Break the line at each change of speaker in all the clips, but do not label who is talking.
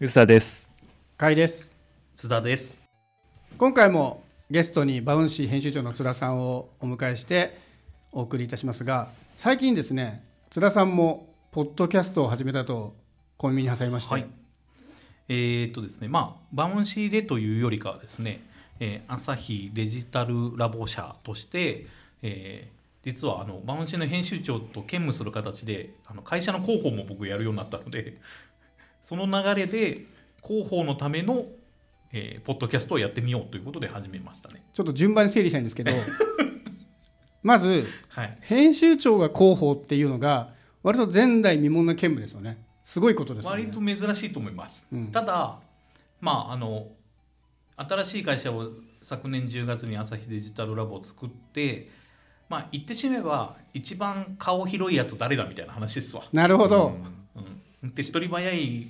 うさです。
かいです
津田です。
今回もゲストにバウンシー編集長の津田さんをお迎えしてお送りいたしますが最近ですね津田さんもポッドキャストを始めたと小耳に挟みまして、
はい。えーっとですね、まあ、バウンシーでというよりかはですね、えー朝日デジタルラボ社として、えー実はあのバウンシーの編集長と兼務する形であの会社の広報も僕やるようになったので その流れで広報のための、えーポッドキャストをやってみようということで始めましたね。
ちょっと順番に整理したいんですけど まず
はい、
編集長が広報っていうのが割と前代未聞な兼務ですよねすごいことですよね
割と珍しいと思います、
うん
ただまああの新しい会社を昨年10月に朝日デジタルラボを作ってまあ言ってしまえば一番顔広いやつ誰だみたいな話ですわ、
なるほど、
うん、手っ取り早い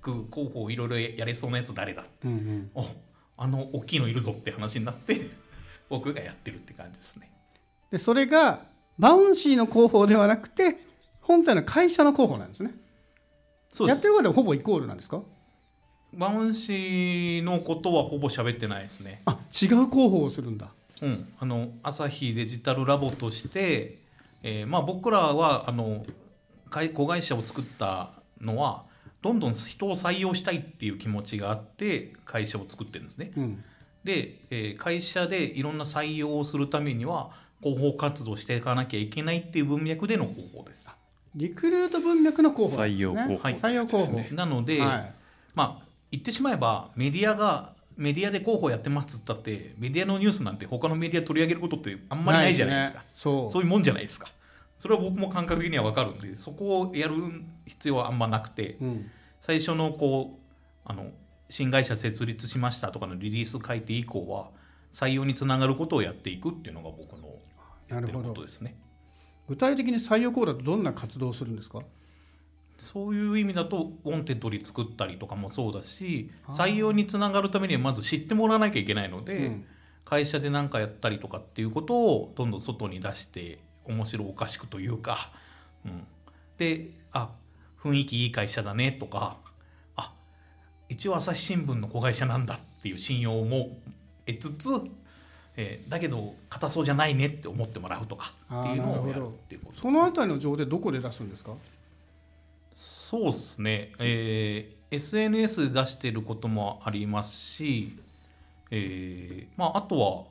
く候補をいろいろやれそうなやつ誰だ
うんうん
おあの大きいのいるぞって話になって 僕がやってるって感じですね
でそれがバウンシーの広報ではなくて本体の会社の広報なんですね
そ
やってることはほぼイコールなんですか
バウンシーのことはほぼ喋ってないですね
あ違う広報をするんだ
うん、あの朝日デジタルラボとして、えーまあ、僕らはあの会子会社を作ったのはどんどん人を採用したいっていう気持ちがあって会社を作ってるんですね。
うん
で、えー会社でいろんな採用をするためには広報活動していかなきゃいけないっていう文脈での広報です。
リクルート文脈の候補なんです、
採
ね、
用候補
はい採用候補、
で
なので、
はい、
まあ言ってしまえばメディアがメディアで広報やってますっつったってメディアのニュースなんて他のメディア取り上げることってあんまりないじゃないですか。
ね、そう
そういうもんじゃないですか。それは僕も感覚的には分かるんで、そこをやる必要はあんまなくて、
うん
最初のこう、あの、新会社設立しましたとかのリリース改定以降は、採用につながることをやっていくっていうのが僕のや
な
っ
る
てる
ほ
こ
ど
とですね。
具体的に採用候補だとどんな活動をするんですか
そういう意味だと、ウォンテッドリ作ったりとかもそうだし、採用につながるためにはまず知ってもらわなきゃいけないので、
うん
会社で何かやったりとかっていうことをどんどん外に出して面白おかしくというか、うん、であ雰囲気いい会社だねとかあ一応朝日新聞の子会社なんだっていう信用も得つつ、えーだけど硬そうじゃないねって思ってもらうとかっていうの
あーなるほ
を
ど
やるっていうことです
そのあたりの情報でどこで出すんですか
そうですね、えー SNS で出してることもありますし、えーまあ、あとは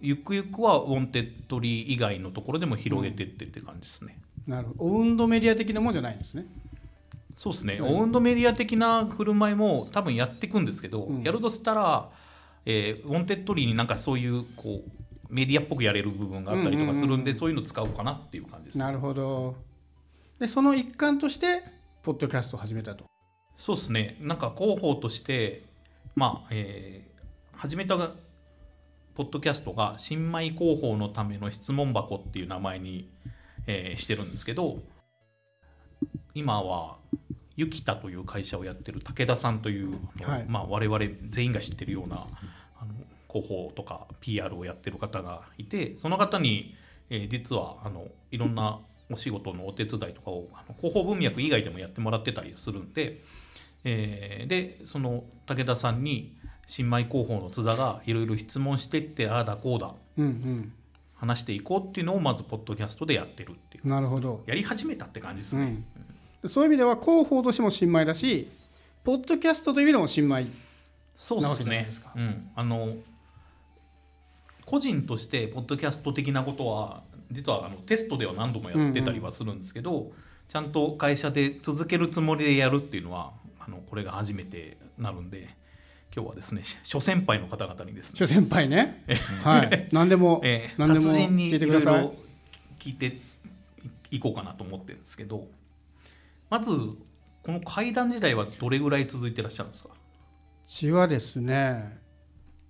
ゆくゆくはウォンテッドリー以外のところでも広げてってって感じですね。
なるほどオウンドメディア的なもんじゃないんですね
そうですね、
うん
オウンドメディア的な振る舞いも多分やっていくんですけど、
うん
やるとしたら、えーウォンテッドリーになんかそういうこうメディアっぽくやれる部分があったりとかするんで、
うんうんうんうん
そういうの使おうかなっていう感じですね
なるほどでその一環としてポッドキャストを始めたと
そうですね、なんか広報として、まあえー始めたがポッドキャストが新米広報のための質問箱っていう名前に、えーしてるんですけど今はユキタという会社をやってる武田さんという、あの
はい
まあ、我々全員が知ってるようなあの広報とか PR をやってる方がいてその方に、えー実はあのいろんなお仕事のお手伝いとかをあの広報文脈以外でもやってもらってたりするんで、えーでその武田さんに新米広報の津田がいろいろ質問してってああだこうだ
うん
話していこうっていうのをまずポッドキャストでやってるっていう
うんなるほど
やり始めたって感じです
う
ね、
ん、そういう意味では広報としても新米だしポッドキャストという意味でも新米
そう
な
で
わけ
す
じゃない
ね
ですか
うん、あの個人としてポッドキャスト的なことは実はあのテストでは何度もやってたりはするんですけど、ちゃんと会社で続けるつもりでやるっていうのはあのこれが初めてなるんで今日はですね諸先輩の方々にですね
諸先輩ね、 はい、何でも、
ええ
何で
達
も
人に
聞い
い
てく
ろ
だ
い
さい
ろ。聞いていこうかなと思ってるんですけどまずこの階段時代はどれぐらい続いてらっしゃるんですか
血はですね、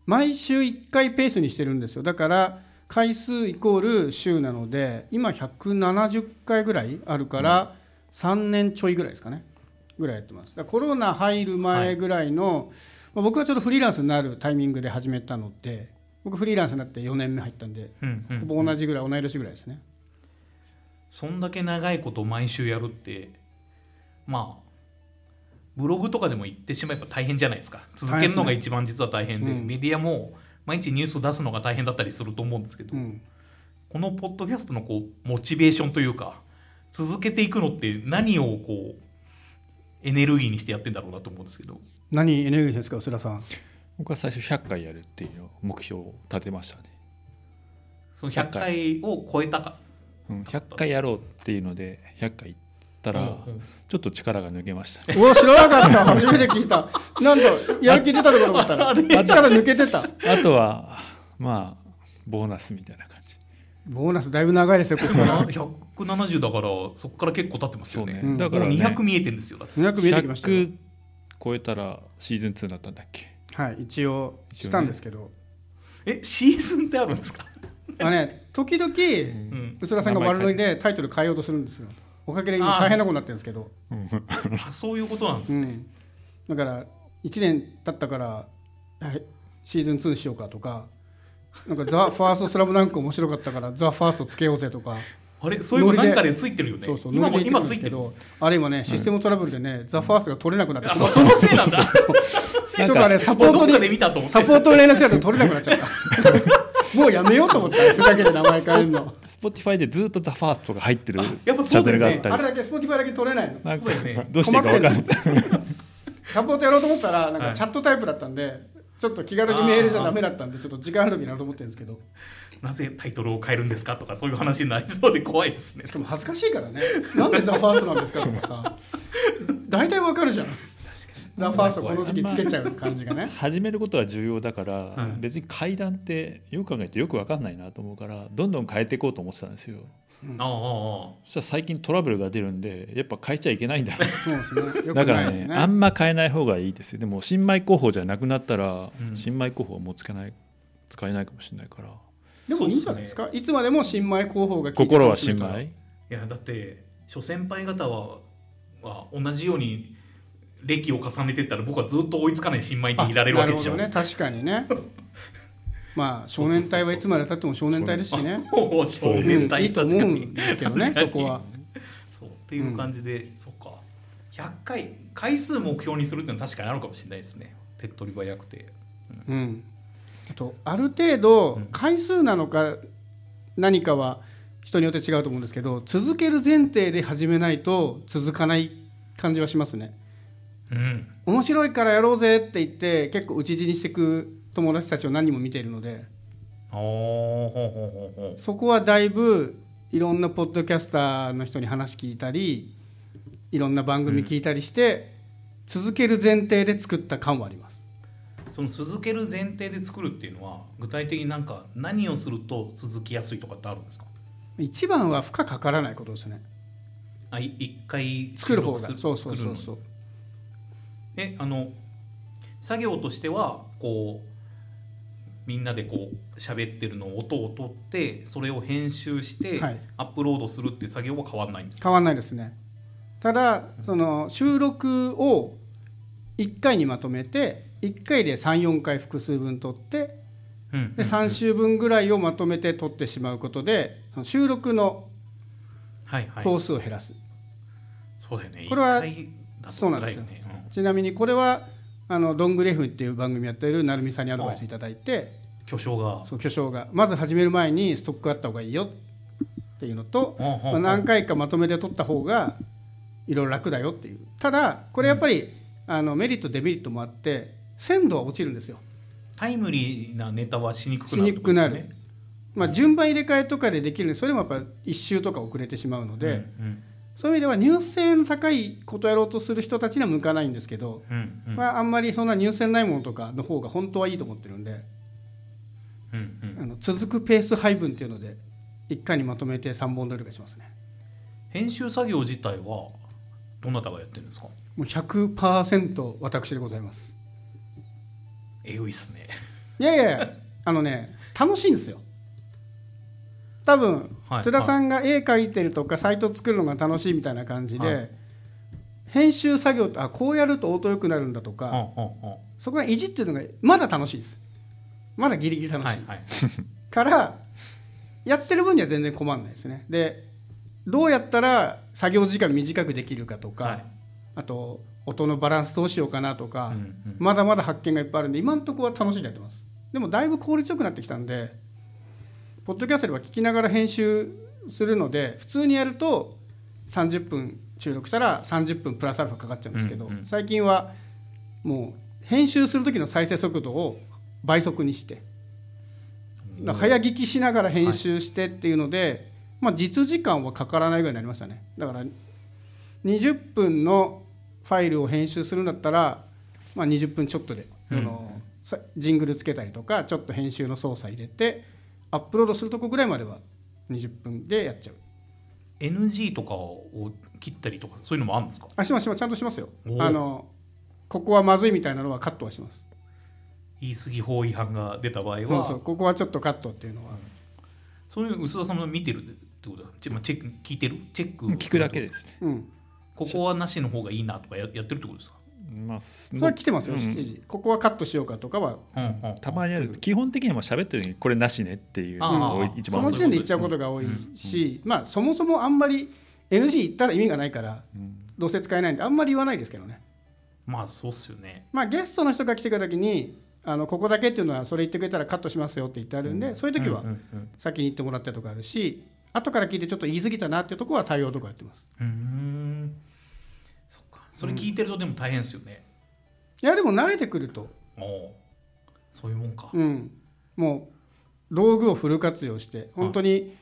毎週1回ペースにしてるんですよ。だから回数イコール週なので、今170回ぐらいあるから、3年ちょいぐらいですかね。ぐらいやってます。だからコロナ入る前ぐらいの、まあ僕はちょっとフリーランスになるタイミングで始めたので、僕フリーランスになって4年目入ったんで、
うんうん
ほぼ同じぐらい、同い年ぐらいですね。
そんだけ長いこと毎週やるってまあブログとかでも言ってしまえば大変じゃないですか続けるのが一番実は大変で、
大変ですねうん
メディアも毎日ニュース出すのが大変だったりすると思うんですけど、
うん
このポッドキャストのこうモチベーションというか続けていくのって何をこうエネルギーにしてやってんだろうなと思うんですけど
何エネルギーですか、薄田さん。
僕は最初100回やるっていうのを目標を立てましたね、
その100回を超えたか
うん、100回やろうっていうので100回いったら
うんうん
ちょっと力が抜けましたね
うわ、知らなかった、初めて聞いた。なんと、やる気出たのかと思ったら、力抜けてた。
あとはまあボーナスみたいな感じ
ボーナスだいぶ長いですよ、ここ
でも
から
な170だからそこから結構経ってますよね
そうねだ
だか、
からら
も
ね
う200見えてんですよだって
200見えてきましたよ。
100超えたらシーズン2だったんだっけ
はい、一応したんですけど、
えシーズンってあるんですか、
まあね、時々、
ん
うん、
薄田さんが悪乗りでタイトル変えようとするんですよ。おかげで今大変なことになってるんですけど、
うん
あそういうことなんです
う
ね、
ん、だから1年経ったから、はい、シーズン2しようかとか、なんか、ザ・ファースト・スラムダンク面白かったから、ザ・ファーストつけようぜとか、
あれそういえば
ノリで
何かでついてるよね
そうそう、
今も
ノリで言
今
って
つ
るんですけ
いてる
ど、あれ今ね、システムトラブルでね、ザ・ファーストが取れなくなって
あ
き
そ
た、
うそのせいなんだ
ちょっとあ れ、サポ
ど
ー
っ
ト
か
に
で見たと思って
サポートの連絡しちゃうと取れなくなっちゃった。もうやめようと思ったふざけて名前変える の。
Spotify でずっとザファーストが入ってる
あ
チ
やっぱそ
ャ
う
ン
だ
ネ
よ
ル
ね
があった
あれ
り
だけ Spotify だけ取れないの。
なんか
そうだよね
どうしていいか分かん ない
サポートやろうと思ったら、なん
は
か
い
チャットタイプだったんで、ちょっと気軽にメールじゃダメだったんで、ちょっと時間ある時になると思ってるんですけど、
なぜタイトルを変えるんですかとかそういう話になりそうで怖いですね
しかも恥ずかしいからね、なんでザ・ファーストなんですかとかさ、大体わかるじゃん。ザ・ファーストこの時期つけちゃう感じがね。
始めることは重要だから、
い
別に階段ってよく考えてよく分かんないなと思うからどんどん変えていこうと思ってたんですよ
ああああ
そしたら最近トラブルが出るんでやっぱ変えちゃいけないんだな
そうですね。 よく
だか
ない
ら
です
ね
ね。
あんま変えない方がいいですよでも新米候補じゃなくなったら、
うん
新米候補はもうつけない使えないかもしれないから
でもいいんじゃないですか。いつまでも新米広報が聞いて
心は
楽し
新
めたら
米
いやだって諸先輩方はは同じように歴を重ねてったら僕はずっと追いつかない新米にいられるわけでしょ。
あなるほどね確かに ねまあ少年隊はいつまでたっても少年隊ですしね
もう少年
うんい
隊
いと
確
思
か
うん
に。
ですけどね
確かに
そこは
そうっていう感じで、そっか100回回数目標にするっていうのは確かにあるかもしれないですね手っ取り早くて。
うんあとある程度
うん
回数なのか何かは人によって違うと思うんですけど続ける前提で始めないと続かない感じはしますね
うん
面白いからやろうぜって言って結構打ち死にしてく友達たちを何人も見ているので
おーほうほうほうほう
そこはだいぶいろんなポッドキャスターの人に話聞いたりいろんな番組聞いたりして、続ける前提で作った感はあります
その続ける前提で作るっていうのは具体的になんか何をすると続きやすいとかってあるんですか
一番は負荷かからないことですね
あい一回
作る方が
収録す
そうそうそう
作
そ
る
う
のにえあの作業としてはこうみんなでこう喋ってるのを音を取ってそれを編集して
はい
アップロードするっていう作業は変わらないんですか、
変わんないですねただその収録を1回にまとめて1回で34回複数分撮って
うん
で3週分ぐらいをまとめて撮ってしまうことでその収録の
はいはい
工数を減らす、
そうだよね
これは
一回だと
そうなんです
辛い
よ
よねうん
ちなみにこれはあのドングレフっていう番組やってる成美さんにアドバイスいただいて
巨匠が
そう巨匠がまず始める前にストックあった方がいいよっていうのと、
うんうんうん
まあ何回かまとめて取った方がいろいろ楽だよっていうただこれやっぱり、あのメリットデメリットもあって鮮度は落ちるんですよ、
タイムリーなネタはしにくくなる
しにくくなる
ってこ
まあ、順番入れ替えとかでできるんでそれもやっぱ1周とか遅れてしまうの
と
で、
ですねうん
そういう意味では入選の高いことやろうとする人たちには向かないんですけど、
うんうんうん
まあ、あんまりそんな入選ないものとかの方が本当はいいと思ってるんで。
うんうん
あの続くペース配分っていうので一回にまとめて3本撮りがしますね
編集作業自体はどなたがやってるんですか
もう100%私でございます
えぐいっすね
いやいやいやあのね楽しいんですよ多分、
はい
津田さんが絵描いてるとかサイト作るのが楽しいみたいな感じで、
は
編集作業ってあこうやると音良くなるんだとか、そこがいじってるのがまだ楽しいですまだギリギリ楽し
はいいはい
からやってる分には全然困んないですねでどうやったら作業時間短くできるかとか、
はい
あと音のバランスどうしようかなとか、
うんうん
まだまだ発見がいっぱいあるんで今のところは楽しんでやってますでもだいぶ効率よくなってきたんでポッドキャストでは聞きながら編集するので普通にやると30分収録したら30分プラスアルファかかっちゃうんですけど、
うんうん
最近はもう編集する時の再生速度を倍速にしてなんか早聞きしながら編集してっていうので、まあ、実時間はかからないぐらいになりましたねだから20分のファイルを編集するんだったら、まあ、20分ちょっとで、
うん
あのさジングルつけたりとかちょっと編集の操作入れてアップロードするとこぐらいまでは20分でやっちゃう
NG とかを切ったりとかそういうのもあるんですか
あしますしますちゃんとしますよ
おー
あのここはまずいみたいなのはカットはします
言い過ぎ法違反が出た場合
そう
は
そうここはちょっとカットっていうのは
そういう薄田さんも見てるってことだちまあチェック聞いてるチェック
聞くだけですね。
うん
ここはなしの方がいいなとかややってるってことですか、
まあ、そ
それは来てますよ
う
7
ん
時ここはカットしようかとかは
うんうん、
たまにある基本的にはもう喋ってる時にこれなしねっていうのが
あー
一
そ
番
の
多い
時点で言っちゃうことが多いし、まあ、そもそもあんまり NG 言ったら意味がないから、どうせ使えないんであんまり言わないですけどね、
まあそうっすよね
まあ、ゲストの人が来てくれた時にあのここだけっていうのはそれ言ってくれたらカットしますよって言ってあるんで、そういう時は
うんうん
先に言ってもらったりとかあるし後から聞いてちょっと言い過ぎたなっていうところは対応とかやってます
うんうーんそっかそれ聞いてるとでも大変ですよね、
いやでも慣れてくると、
おおそういうもんか、
うん、もう道具をフル活用して本当に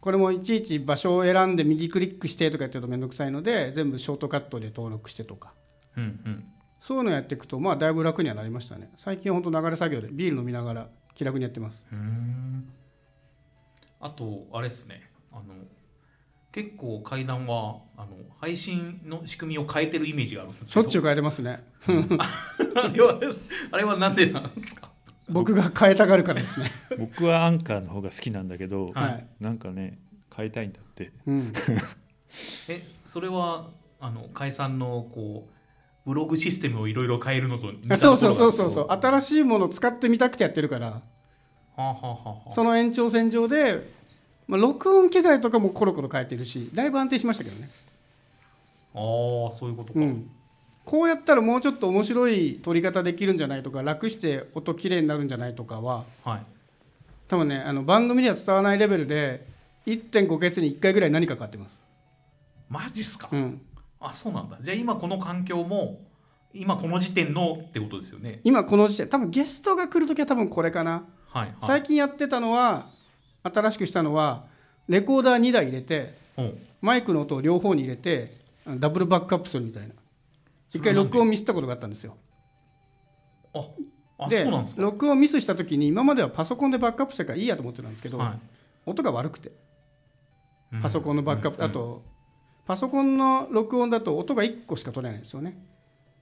これもいちいち場所を選んで右クリックしてとかやってると面倒くさいので全部ショートカットで登録してとか
うんうん、
そういうのやっていくと、まあ、だいぶ楽にはなりましたね。最近、本当、流れ作業でビール飲みながら気楽にやってます。
うーんあとあれですねあの結構階段はあの配信の仕組みを変えてるイメージがあるんです
しょっちゅ
う
う変えてますね。
あれは あれはなんでなん ですか
僕が変えたがるからですね。
僕はアンカーの方が好きなんだけど、
はい
はい。
なんかね変えたいんだって
うん、
えそれはあの解散のこうブログシステムをいろいろ変えるのと似たと こ
そ
ろ
うそうそう
が
そうそう
は
新しいものを使ってみたくてやってるから
あ、はあはあはあ、
その延長線上で、まあ、録音機材とかもコロコロ変えてるしだいぶ安定しましたけどね、
あーそういうことか、
うん、こうやったらもうちょっと面白い撮り方できるんじゃないとか楽して音きれいになるんじゃないとかは
はい
多分ねあの番組では伝わらないレベルで1.5ヶ月に1回ぐらい何か変わってます、
マジっすか、
うん、
あそうなんだじゃあ今この環境も今この時点のってことですよね
今この時点多分ゲストが来る時は多分これかな、
はいはい
最近やってたのは新しくしたのはレコーダー2台入れて
うん
マイクの音を両方に入れてあのダブルバックアップするみたいな一
それ
回
なんで
録音ミスったことがあったんですよ
ああ
で
そうなんですか
録音ミスした時に今まではパソコンでバックアップしたからいいやと思ってたんですけど、
は
音が悪くて
い
パソコンのバックアップ、
うん
あとパソコンの録音だと音が1個しか取れないんですよね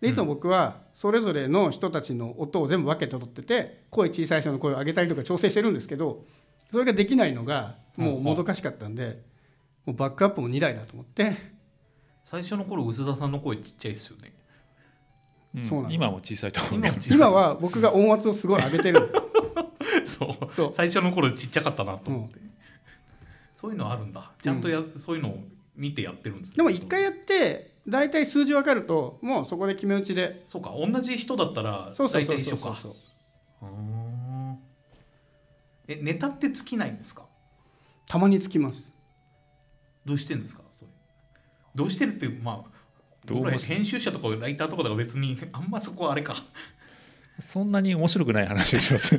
でいつも僕はそれぞれの人たちの音を全部分けて取ってて声小さい人の声を上げたりとか調整してるんですけどそれができないのがもうもどかしかったんで、もうバックアップも2台だと思って
最初の頃薄田さんの声ちっちゃいですよね
うん
そうなんです
今も小さいと思う
今
ね
も小さい
今は僕が音圧をすごい上げて る
そう
そう
最初の頃ちっちゃかったなと思って、そういうのあるんだちゃんとや、そういうのを見てやってるんですね
でも1回やって大体数字分かるともうそこで決め打ちで
そうか同じ人だったら
そうそう
大
そう
体
そ
一緒
う
か
そう
うーんえネタって尽きないんですか
たまにつきます
どうしてんですかそれどうしてるっていうまあ
どうも
僕ら編集者とかライターとかだから別に あんまそこはあれか
そんなに面白くない話をします
う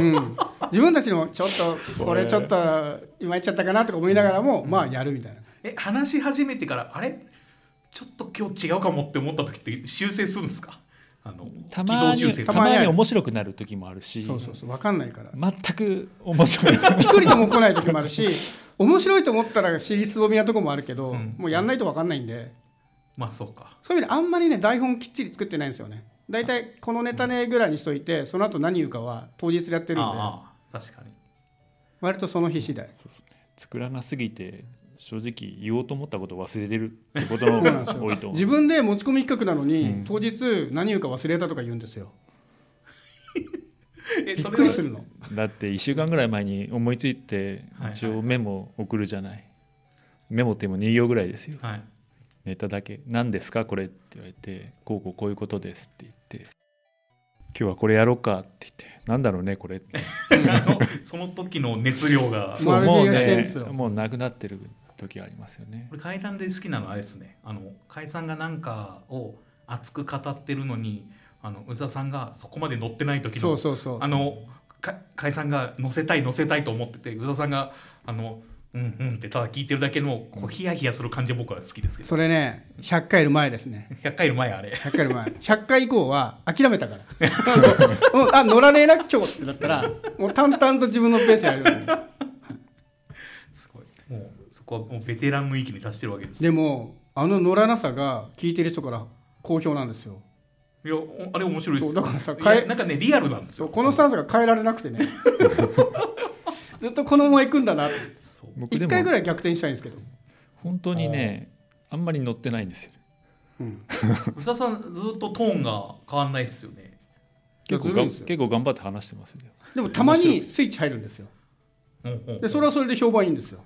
ん、自分たちのちょっとこれちょっと今言っちゃったかなとか思いながらも、まあやるみたいな
え話し始めてからあれちょっと今日違うかもって思った時って修正するんですかあの
たま
軌道
に
修正
た
た
ま
まにある
に面白くなる時もあるし
そうそうそう分かんないから
全く面白い
ピクリとも来ない時もあるし 面白いと思ったら尻すぼみなとこもあるけど、
うん
もうやんないと分かんないんで
まあそうか
そういう意味であんまりね台本きっちり作ってないんですよね大体このネタねぐらいにしといてその後何言うかは当日でやってるんで
ああ確かに
割とその日次第
作らなすぎて正直言おうと思ったことを忘れてるってこと
そ
の
う
方
なんです
が多いと
よ
思う
自分で持ち込み企画なのに、
うん
当日何言うか忘れたとか言うんですよ
え
びっ
そ
く
れ
り
は
するの
だって1週間ぐらい前に思いついて
はい
一応メモ送るじゃない、メモっても2行ぐらいですよ
はい
ネタだけ「何ですかこれ」って言われて「こうこうこういうことです」って言って「今日はこれやろうか」って言って「なんだろうねこれ」って
あのその時の熱量 が
そう丸
も
見
う
えしてんすよ
もうなくなってる時ありますよね。
俺階段で好きなのはあれですねあの解散がなんかを熱く語ってるのにあの宇佐さんがそこまで乗ってない時の
そうそうそう
あのか解散が乗せたい乗せたいと思ってて宇佐さんがあのうんうんってただ聞いてるだけのこうヒヤヒヤする感じ僕は好きですけど
それね100回より前ですね
100回より前あれ
100回より前100回以降は諦め たからもうあ乗らねえな今日ってだったらもう淡々と自分のペースでやる
すごいもうそこはもうベテランの域に達してるわけですい
でもあの乗らなさが聞いてる人から好評なんですよ
やおあれ面白いですよ
そうだからさ
いや
変え
なんかねリアルなんです
そ
よ
うこのスタンスが変えられなく てねずっとこのまま行くんだな
そう
僕で
1
も
回ぐらい逆転したいんですけど、
本当にねあんまり乗ってないんですよ。
うん、
宇佐さんずっとトーンが変わんないですよね
結構
ず
が
るい
ん
んですよ
結構頑張って話してますよね。
でもたまにスイッチ入るんですよでそれ
は
はそれで評判いいんですよ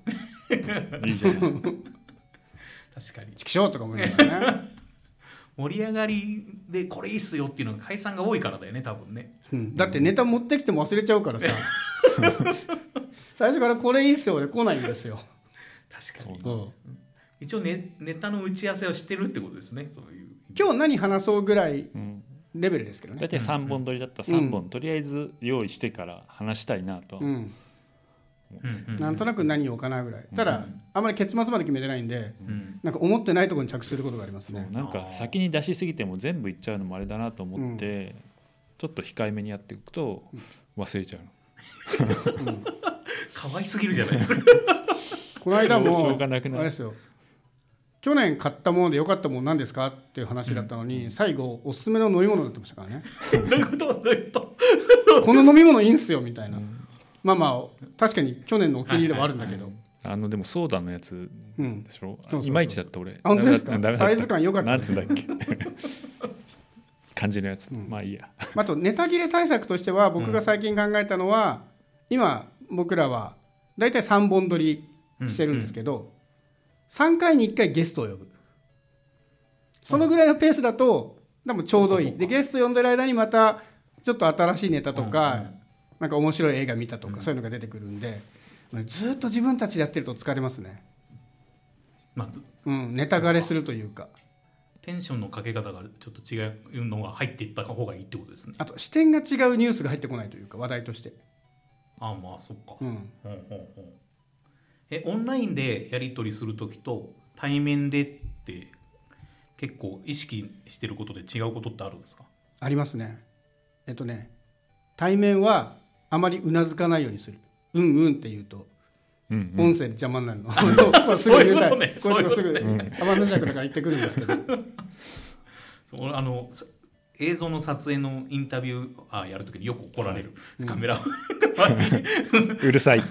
いいじゃ ない
確かに
ちくしょうとか思いながらね、
盛り上がりでこれいいっすよっていうのが解散が多いからだよね多分ね
うん、だってネタ持ってきても忘れちゃ うからさ最初からこれいいっすよで来ないんですよ、
確
そう
うん
一応ねネタの打ち合わせをしてるってことですねそういう
今日何話そうぐらい
うん
レベルですけどね
大体3本撮りだったら3本、とりあえず用意してから話したいなとは
う
思
ん、
うんですよ、
うん
なんとなく何を置かなぐらいただ、
うん
あんまり結末まで決めてないんで
うん
なんか思ってないところに着地することがあります
そう
ね
なんか先に出しすぎても全部いっちゃうのもあれだなと思って、ちょっと控えめにやっていくと忘れちゃうの
可愛すぎるじゃないですか
この間
しょ
も
うがなくなる
あれですよ去年買ったもので良かったものなんですかっていう話だったのに、最後おすすめの飲み物になってましたからね
どういうことどういうこと
この飲み物いいんすよみたいな、まあまあ確かに去年のお気に入りではあるんだけど、
あのでもソーダのやつ
うん
でしょ
そうそうそう
いまいちだった俺
あ本当ですか
ダメだった
サイズ感良かったね
なんつうんだっ け感じのやつ、
うん
まあいいや
あとネタ切れ対策としては僕が最近考えたのは、今僕らは大体3本撮りしてるんですけど、3回に1回ゲストを呼ぶそのぐらいのペースだと多分ちょうどい
そうかそう
い
か
でゲスト呼んでる間にまたちょっと新しいネタとか、
うんうん
なんか面白い映画見たとか、
うん
そういうのが出てくるんでずっと自分たちでやってると疲れますね、
まず
うん、ネタ枯れするというか
テンションのかけ方がちょっと違うのが入っていった方がいいってことですね
あと視点が違うニュースが入ってこないというか話題として、
ああまあそっか
うん、
ほうほうほうえオンラインでやり取りする時と対面でって結構意識してることで違うことってあるんですか
ありますねえっとね対面はあまりうなずかないようにするうんうんって言うと
うんうん
音声で邪魔になるの、 これすぐ言たい
そういうことね
これすぐ
そういうこと
天の弱だから言ってくるんですけど
そう俺あのさ映像の撮影のインタビューあやるときによく怒られる、カメラ、
うる さい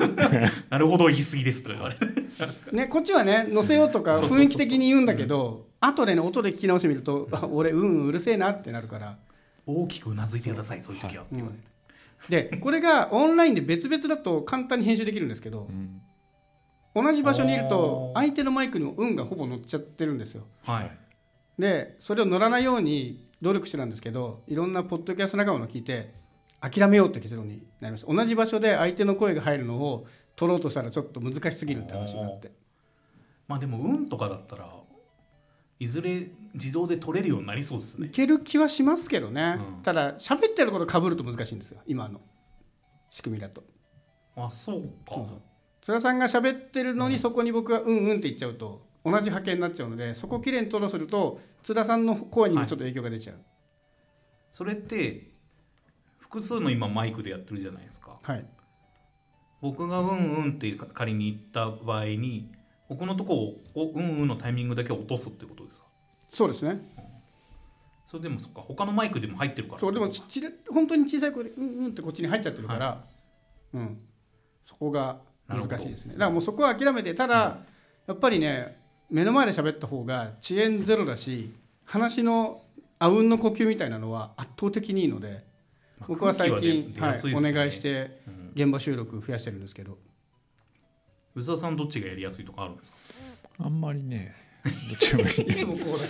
なるほど言い過ぎですとか言われる
ねこっちはね乗せようとか
そうそうそうそう
雰囲気的に言うんだけど後でね音で聞き直してみるとあ俺うんうんうるせえなってなるから、
大きくうなずいてくださいそういう時は、
うんでこれがオンラインで別々だと簡単に編集できるんですけど
うん
同じ場所にいると
おー
相手のマイクにも運がほぼ乗っちゃってるんですよ
はい
でそれを乗らないように努力してたんですけどいろんなポッドキャスト仲間の聞いて諦めようって結論になりました同じ場所で相手の声が入るのを取ろうとしたらちょっと難しすぎるって話になって
まあでも運とかだったらいずれ自動で取れるようになりそうです
い
ね
ける気はしますけどね、
うん
ただ喋ってることかぶると難しいんですよ今の仕組みだと
あそうか、
そうそう津田さんが喋ってるのにそこに僕が「うんうん」って言っちゃうと同じ波形になっちゃうのでそこをきれいに取ろうとすると津田さんの声にもちょっと影響が出ちゃう、
それって複数の今マイクでやってるじゃないですか
はい
僕がうんうんって仮に言った場合に僕のとこをうんうんのタイミングだけ落とすってことですか
そうですね
それでもそっか他のマイクでも入ってるから
そうでもちちれ本当に小さい声で「うんうん」ってこっちに入っちゃってるから、うん、そこが難しいですねだからもうそこは諦めてただ、やっぱりね目の前で喋った方が遅延ゼロだし話のあうんの呼吸みたいなのは圧倒的にいいので
まあ
僕は最
空気
近
ね、出
は
や
い
すい
お
ですよね
願いして
うん
現場収録増やしてるんですけど
宇佐さんどっちがやりやすいとかあるんですか
あんまりねチームに
いつもこうだ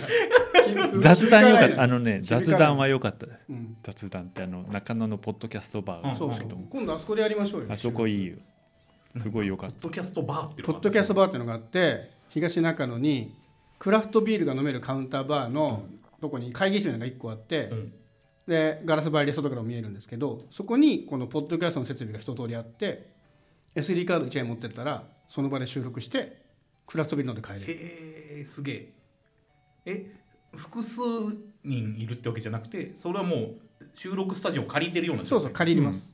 から
雑談良かったあ
の、
のね
響かない
雑談は良かったです
うん
雑談ってあの中野のポッドキャストバーがある
そ
ん
う
です
そ
け
う
ども
今度あそこでやりましょうよ
あそこいいよすごい良か
ポ
っ
ッドキャストバーっていう
ポ
の
ッドキャスト
バ
バーっていうのがあって東中野にクラフトビールが飲めるカウンターバーのとこに会議室みたいなのが1個あって、
うん
でガラス張りで外からも見えるんですけどそこにこのポッドキャストの設備が一通りあって SD カード1枚持ってったらその場で収録してクラフトビール飲んで帰れる
へえすげええ複数人いるってわけじゃなくてそれはもう収録スタジオ借りてるような
そうそう借りれます、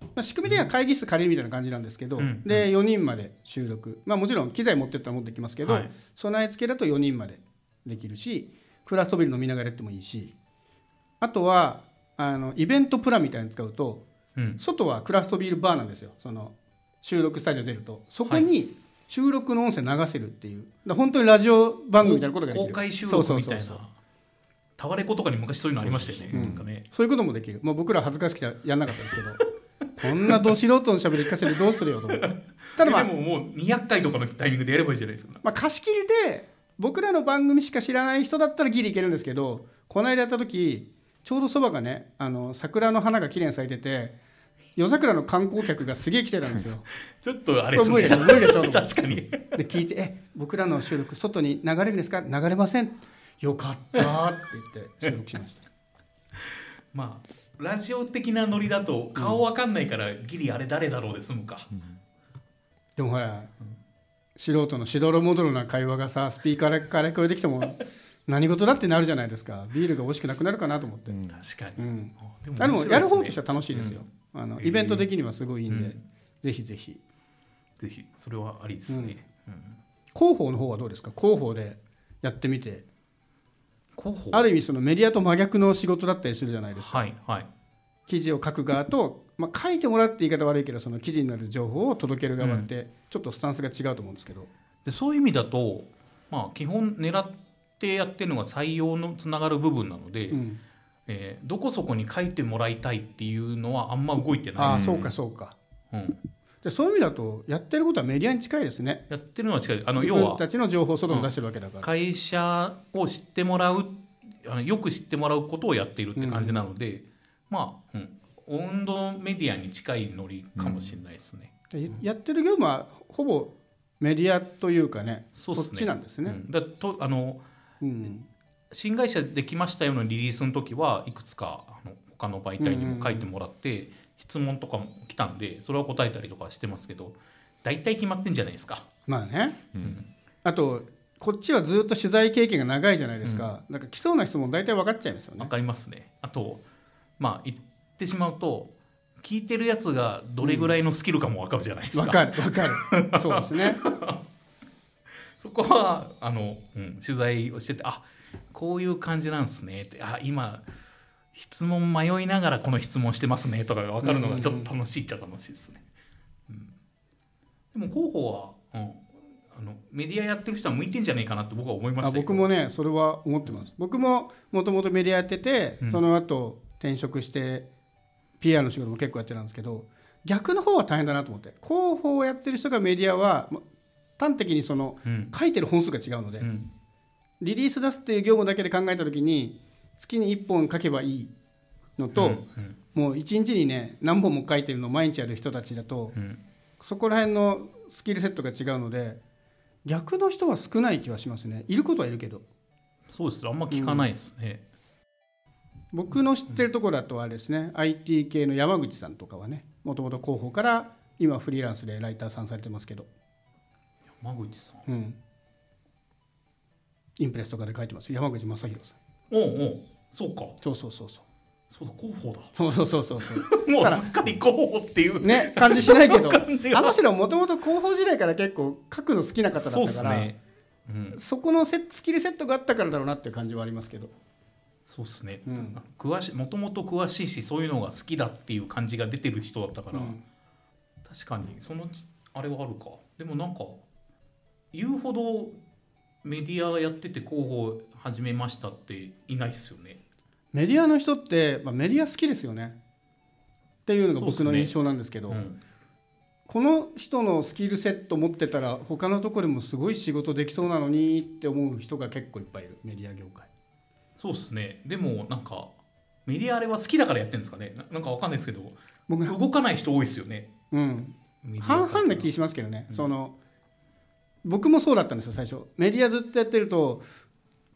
まあ、仕組みでは会議室借りるみたいな感じなんですけど、
うん
で4人まで収録、まあ、もちろん機材持ってったら持ってきますけど、
はい
備え付けだと4人までできるしクラフトビール飲みながらやってもいいしあとはあのイベントプランみたいに使うと
うん
外はクラフトビールバーなんですよその収録スタジオ出るとそこに収録の音声流せるっていうだから本当にラジオ番組みたいなことができる
公開収
そ
録
う
みたい
そうそうそう
なタワレコとかに昔そういうのありましたよね、
うん
なんかね
そういうこともできる、まあ、僕ら恥ずかしくてやんなかったですけど こんなど素人のしゃべり聞かせてどうするよと思ってただまあ
でももう200回とかのタイミングでやればいいじゃないですか
まあ、貸し切りで僕らの番組しか知らない人だったらギリいけるんですけどこの間やった時ちょうどそばがねあの桜の花が綺麗に咲いてて夜桜の観光客がすげえ来てたんですよ
ちょっとあれです
無
ね
理でしょ無理でしょ
確かに
で聞いて「え僕らの収録外に流れるんですか流れません」よかったって言って収録しました
まあラジオ的なノリだと顔わかんないからギリあれ誰だろうで済むか、
でもほら素人のしどろもどろな会話がさスピーカーから聞こえてきて も何事だってなるじゃないですかビールが美味しくなくなるかなと思って、
た、うん
確かに、
うん
あで
あでもやる方として
は
は楽しいですよ、あの
へえ
イベント的にはすごいいいんで、
うん
ぜひぜひ
ぜひそれはありですね、うん
広報の方はどうですか広報でやってみて
広報
ある意味そのメディアと真逆の仕事だったりするじゃないですか
はいはい
記事を書く側と、まあ、書いてもらうって言い方悪いけどその記事になる情報を届ける側ってちょっとスタンスが違うと思うんですけど、
でそういう意味だと、まあ、基本狙ってやってるのが採用のつながる部分なので、
うん
えーどこそこに書いてもらいたいっていうのはあんま動いて
あ
な
あ
い、
そうかそうか
うん、
でそういう意味だとやってることはメディアに近いですね
やってるのは違うあの
自
要
分
は
たちの情報を外に出してるわけだから、
会社を知ってもらうあのよく知ってもらうことをやっているって感じなので、まあ、うん、温度メディアに近いノリかもしれないですね。
でやってる業務はほぼメディアというかね
そうっすね
っちなんです
うん
ね、
だとあの
うん
新会社できましたよのリリースの時はいくつかあの他の媒体にも書いてもらって、質問とかも来たんでそれは答えたりとかしてますけど大体決まってんじゃないですか。
まあね、
うん
あとこっちはずっと取材経験が長いじゃないですか、なんか来そうな質問大体分かっちゃいますよ
わ
ね
かりますね。あとまあ言ってしまうと聞いてるやつがどれぐらいのスキルかもわかるじゃないですか。
分かる分かるそうです ね
そこはあの、うん、取材をしててあこういう感じなんですねってあ今質問迷いながらこの質問してますねとかが分かるのがちょっと楽しいっちゃ楽しいですね。うん、でも広報は、うん、あのメディアやってる人は向いてんじゃないかなって僕は思いまし
あ
たけど
僕もねそれは思ってます僕ももともとメディアやってて、
うん
その後転職して PR の仕事も結構やってたんですけど逆の方は大変だなと思って広報をやってる人がメディアはま端的にその
うん
書いてる本数が違うので、
うん
リリース出すっていう業務だけで考えた時に月に1本書けばいいのと、
うんうん
もう一日にね何本も書いてるのを毎日やる人たちだと
うん
そこら辺のスキルセットが違うので逆の人は少ない気はしますねいることはいるけど
そうですあんま聞かないですね。
僕の知ってるところだとあれですね IT 系の山口さんとかはねもともと広報から今フリーランスでライターさんされてますけど、
山口さん
うん、インプレスとかで書いてますよ山口正弘さん
おうおうそうか
そうそうそうそう
そうだ広報だ
そうそうそうそう そう
もうすっかり広報っていう
ね感じしないけど
感じが
あの人もともと広報時代から結構書くの好きな方だったから
そうですね。うん
そこのセッスキルセットがあったからだろうなっていう感じはありますけど、
そうですね、
うん
詳しいもともと詳しいしそういうのが好きだっていう感じが出てる人だったから、
うん
確かにそのちあれはあるかでもなんか言うほどメディアやってて広報始めましたっていないっすよね
メディアの人って、まあ、メディア好きですよねっていうのが僕
そうっ
の
すね
印象なんですけど
うん
この人のスキルセット持ってたら他のところでもすごい仕事できそうなのにって思う人が結構いっぱいいるメディア業界
そうですねでもなんかメディアあれは好きだからやってるんですかねななんかわかんないですけど
僕な
動かない人多いですよね
うん
メディア
半々な
界
気しますけどね、
うん
その僕もそうだったんですよ最初メディアずっとやってると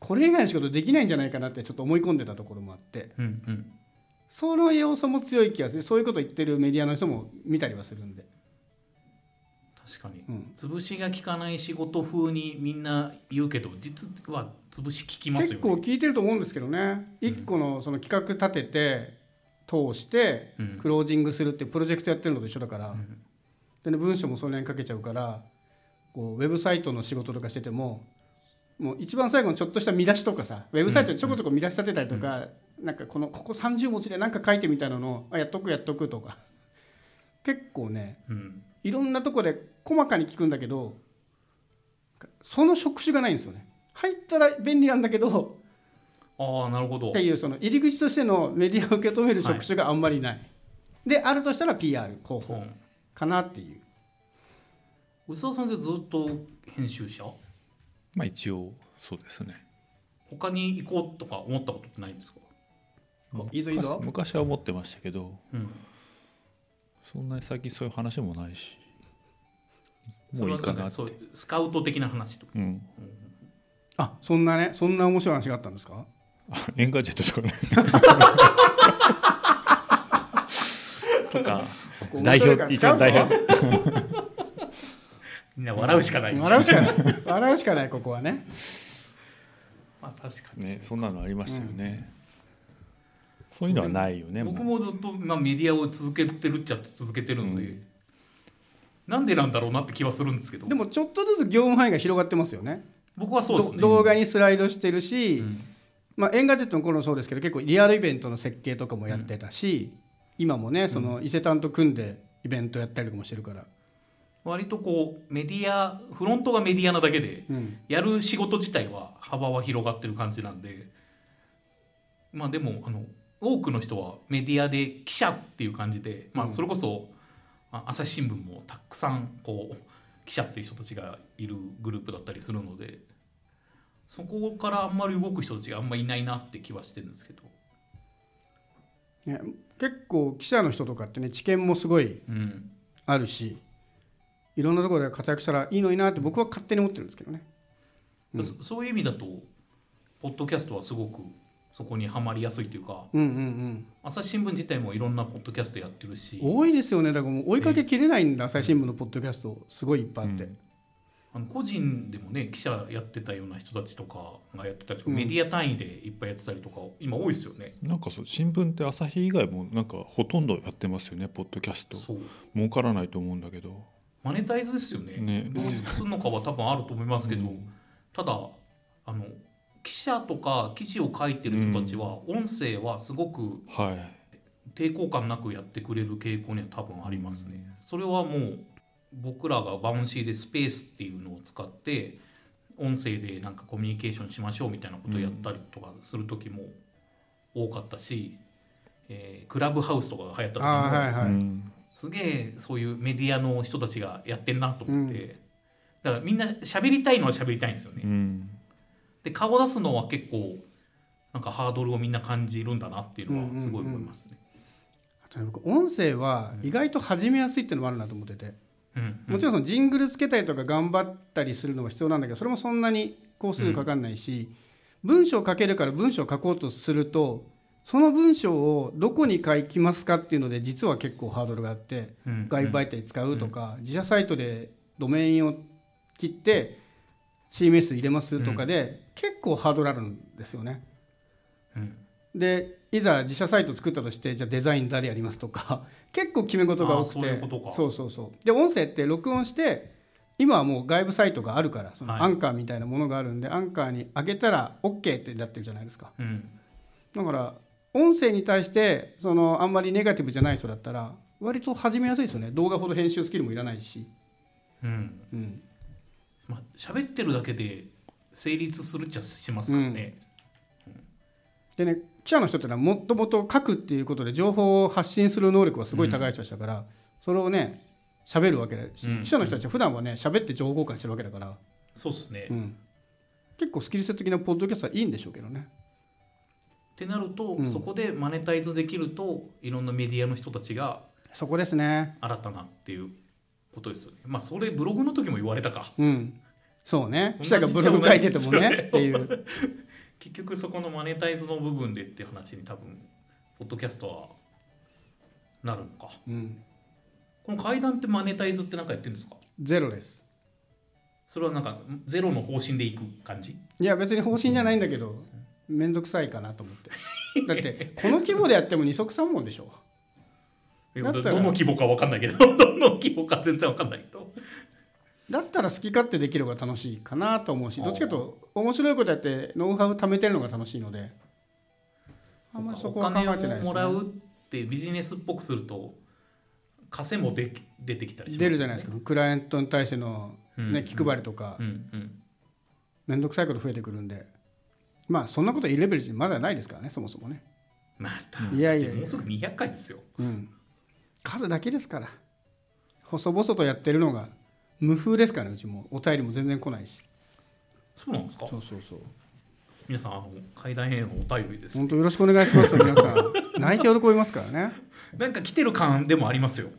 これ以外の仕事できないんじゃないかなってちょっと思い込んでたところもあって
うんうん
その要素も強い気がするそういうこと言ってるメディアの人も見たりはするんで、
確かに
うん、
潰しが効かない仕事風にみんな言うけど実は潰し効きます
結
よ
構
ね
聞いてると思うんですけどね一個のその企画立てて通して
うん
クロージングするってプロジェクトやってるのと一緒だから、
うん
でね、文章もその辺かけちゃうからこうウェブサイトの仕事とかしててももう一番最後のちょっとした見出しとかさウェブサイトにちょこちょこ見出し立てたりとか、なんかこのここ30文字で何か書いてみたいなのをあやっとくやっとくとか結構ね
うん
いろんなとこで細かに聞くんだけどその職種がないんですよね入ったら便利なんだけど
ああなるほど
っていうその入り口としてのメディアを受け止める職種があんまりない、であるとしたら PR 広
う
報
ん
かなっていう
宇佐先生ずっと編集者
まあ一応そうですね
他に行こうとか思ったことってないんですか、
おいいぞいいぞ
昔昔は思ってましたけど
うん、
そんなに最近そういう話もないし
そ
もうい
れはい
かなって
そうスカウト的な話とか
うん
あそんなねそんな面白い話があったんですか
あエンガジェットとかね とか
こ
代
面白いから
表一
使う
応
ぞ
代表
みんな笑うしかない、
笑うしかない笑うしかないここはね
まあ確かに、
ねそんなのありましたよね、そういうのはないよね
僕
も
もずっと、まあ、メディアを続けてるっちゃ続けてるので、
うん
なんでなんだろうなって気はするんですけど
でもちょっとずつ業務範囲が広がってますよね
僕はそうですね
ど動画にスライドしてるし、
うん
まあ、エンガジェットの頃もそうですけど結構リアルイベントの設計とかもやってたし、今もねその伊勢丹と組んでイベントやったりとかもしてるから、
割とこうメディアフロントがメディアなだけで
うん
やる仕事自体は幅は広がってる感じなんでまあでもあの多くの人はメディアで記者っていう感じで、ま
う
あ、
ん
それこそあ朝日新聞もたくさんこう記者っていう人たちがいるグループだったりするのでそこからあんまり動く人たちがあんまりいないなって気はしてるんですけど、
ね結構記者の人とかってね知見もすごい
うん、
あるしいろんなところで活躍したらいいのになって僕は勝手に思ってるんですけどねうん
そそういう意味だとポッドキャストはすごくそこにはまりやすいというか
うんうん
朝日新聞自体もいろんなポッドキャストやってるし
うん多いですよねだからもう追いかけきれないんだ、朝日新聞のポッドキャストすごいいっぱいあって、
あの個人でもね記者やってたような人たちとかがやってたりとか、
うん
メディア単位でいっぱいやってたりとか今多いですよね。
なんかそう新聞って朝日以外もなんかほとんどやってますよねポッドキャスト
そう
儲からないと思うんだけど
マネタイズですよね。
ね
どうするのかは多分あると思いますけど、
うん
ただあの記者とか記事を書いてる人たちは、音声はすごく
はい
抵抗感なくやってくれる傾向には多分ありますね。それはもう僕らがバウンシーでスペースっていうのを使って音声でなんかコミュニケーションしましょうみたいなことをやったりとかする時も多かったし、えークラブハウスとかが流行った時も、
ああはいはい、
うん
すげえそういうメディアの人たちがやってんなと思って、だからみんな喋りたいのは喋りたいんですよね。
うん
で顔出すのは結構なんかハードルをみんな感じるんだなっていうのはすごい思いますね。
あとね僕音声は意外と始めやすいっていうのもあるなと思ってて、
うんうん
もちろんそのジングルつけたりとか頑張ったりするのが必要なんだけどそれもそんなに工数かかんないし、文章書けるから文章書こうとするとその文章をどこに書きますかっていうので実は結構ハードルがあって
うん
外部媒体使うとか、自社サイトでドメインを切って CMS 入れますとかで、結構ハードルあるんですよね。
うん
でいざ自社サイト作ったとしてじゃあデザイン誰やりますとか 結構決め事が多くて
あーそういうことか
そうそうそうで音声って録音して今はもう外部サイトがあるからそ
はい
のアンカーみたいなものがあるんで、アンカーに上げたら OK ってなってるじゃないですか
うん
だから音声に対してそのあんまりネガティブじゃない人だったら割と始めやすいですよね動画ほど編集スキルもいらないし、
うん
うん、
まあ喋ってるだけで成立するっちゃしますからね、
でね記者の人ってのはもともと書くっていうことで情報を発信する能力はすごい高い人でしたから、それをね喋るわけだし、
うん
記者の人たちは普段はね喋って情報交換してるわけだから、
そうですね、
う
っ
ん、結構スキルセット的なポッドキャストはいいんでしょうけどね
てなると、
うん
そこでマネタイズできるといろんなメディアの人たちが
そこですね
新たなっていうことですよねまあそれブログの時も言われたか
うんそうね
同
記
じ
者がブログ書いててもねって
じ
い
ゃ同
う
結局そこのマネタイズの部分でっていう話に多分ポッドキャストはなるのか
うん、
この階段ってマネタイズって何かやってるんですか
ゼロです
それはなんかゼロの方針でいく感じ
いや別に方針じゃないんだけ ど面倒くさいかなと思ってだってこの規模でやっても二足三本でしょ
え
だ
ど
った
ど
ら
の規模か分かんないけど どの規模か全然分かんないけど
だったら好き勝手できる方が楽しいかなと思うしどっちかというと面白いことやってノウハウ貯めてるのが楽しいのであんまりそこは考えてない
お
で
金
す、ね、
をもらうってビジネスっぽくすると稼もでき出てきたりします
出るじゃないですかクライアントに対しての、
うん
ね、気配りとか
うんうん
面倒くさいこと増えてくるんでまあそんなこといいレベルじゃまだないですからねそもそもね、
また
いやいやいや
もうすぐ200回ですよ
うん、数だけですから細々とやってるのが無風ですからねうちもお便りも全然来ないし
そうなんですか
そうそうそう
皆さんあの階段へのお便りです
本当よろしくお願いしますよ皆さん泣いて喜びますからね
なんか来てる感でもありますよ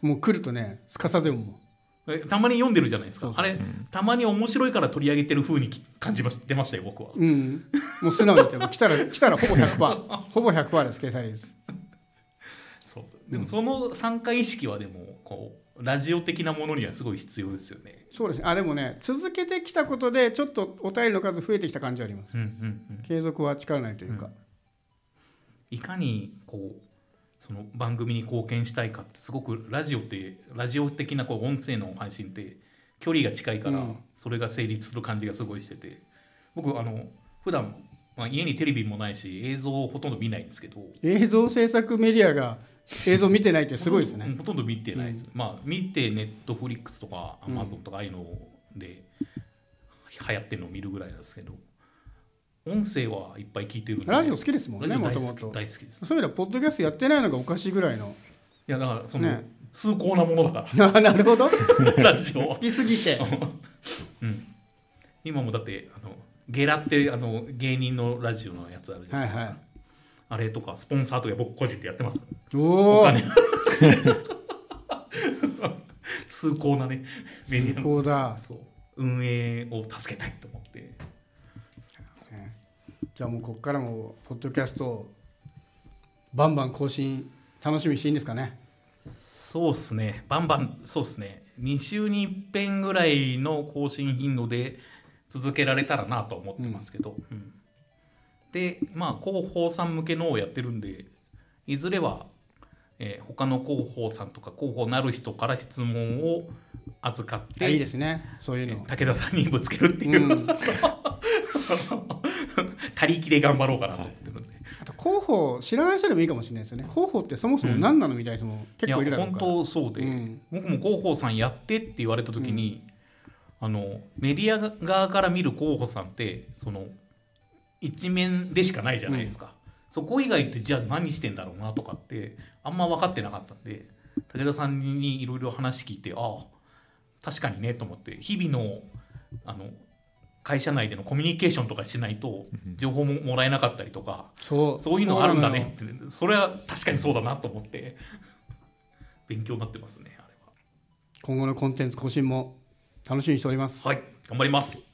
もう来るとねすかさず読むもん
えたまに読んでるじゃないですか
そうそう
あれ、たまに面白いから取り上げてる風にき感じまし出ましたよ僕は
うん、もう素直に言っても来たら 来たらほぼ100%ほぼ100%です掲載率
そうでもその参加意識はでもこうラジオ的なものにはすごい必要ですよね
そうですねあでもね続けてきたことでちょっとお便りの数増えてきた感じはあります
うんうんうん
継続は力なりというか、
いかにこうその番組に貢献したいかってすごくラジオってラジオ的なこう音声の配信って距離が近いか
う
ら
ん
それが成立する感じがすごいしてて僕あの普段まあ家にテレビもないし映像をほとんど見ないんですけど
映像制作メディアが映像見てないってすごいです
う
ね
んほとんど見てないです、まあ見てネットフリックスとかア
うん
マゾンとかああいうので流行ってるのを見るぐらいなんですけど音声はいっぱい聞いてるんで
ラジオ好きですもんね
ラジオ
も
大
と
好
も
き
と
大好きです
そういうのはポッドキャストやってないのがおかしいぐらいの
いやだからその、
ね
崇高なものだか
あなるほど
らラジオ
好
は、
きすぎて
うん、今もだってあのゲラってあの芸人のラジオのやつあるじゃないですか、
はいはい
あれとかスポンサーとか僕個人でやってますもん
お
お
お
金 崇高なねメディアの
こうだ
そう運営を助けたいと思って
ねじゃあもうここからもポッドキャストをバンバン更新楽しみにしていいんですかね
そうっすねバンバンそうっすね2週に一遍ぐらいの更新頻度で続けられたらなと思ってますけど、うんでまあ広報さん向けのをやってるんでいずれは、えー他の広報さんとか広報なる人から質問を預かって
あいいですねそういう
え
の
ー武田さんにぶつけるっていうう、
ん、
他力で頑張ろうかなと思ってるんで。
あと広報知らない人でもいいかもしれないですよね広報ってそもそも何なのみたいな人も結構いるだろう
や
から、
本当そうで、
うん
僕も広報さんやってって言われた時に、あのメディア側から見る広報さんってその一面でしかないじゃないですか、そこ以外ってじゃあ何してんだろうなとかってあんま分かってなかったんで武田さんにいろいろ話聞いてああ確かにねと思って日々のあの会社内でのコミュニケーションとかしないと情報ももらえなかったりとか、
そう
そういうのあるんだ
そうなの
ね
よ
ってそれは確かにそうだなと思って勉強になってますねあれ
今後のコンテンツ更新も楽しみにしております
ははい頑張ります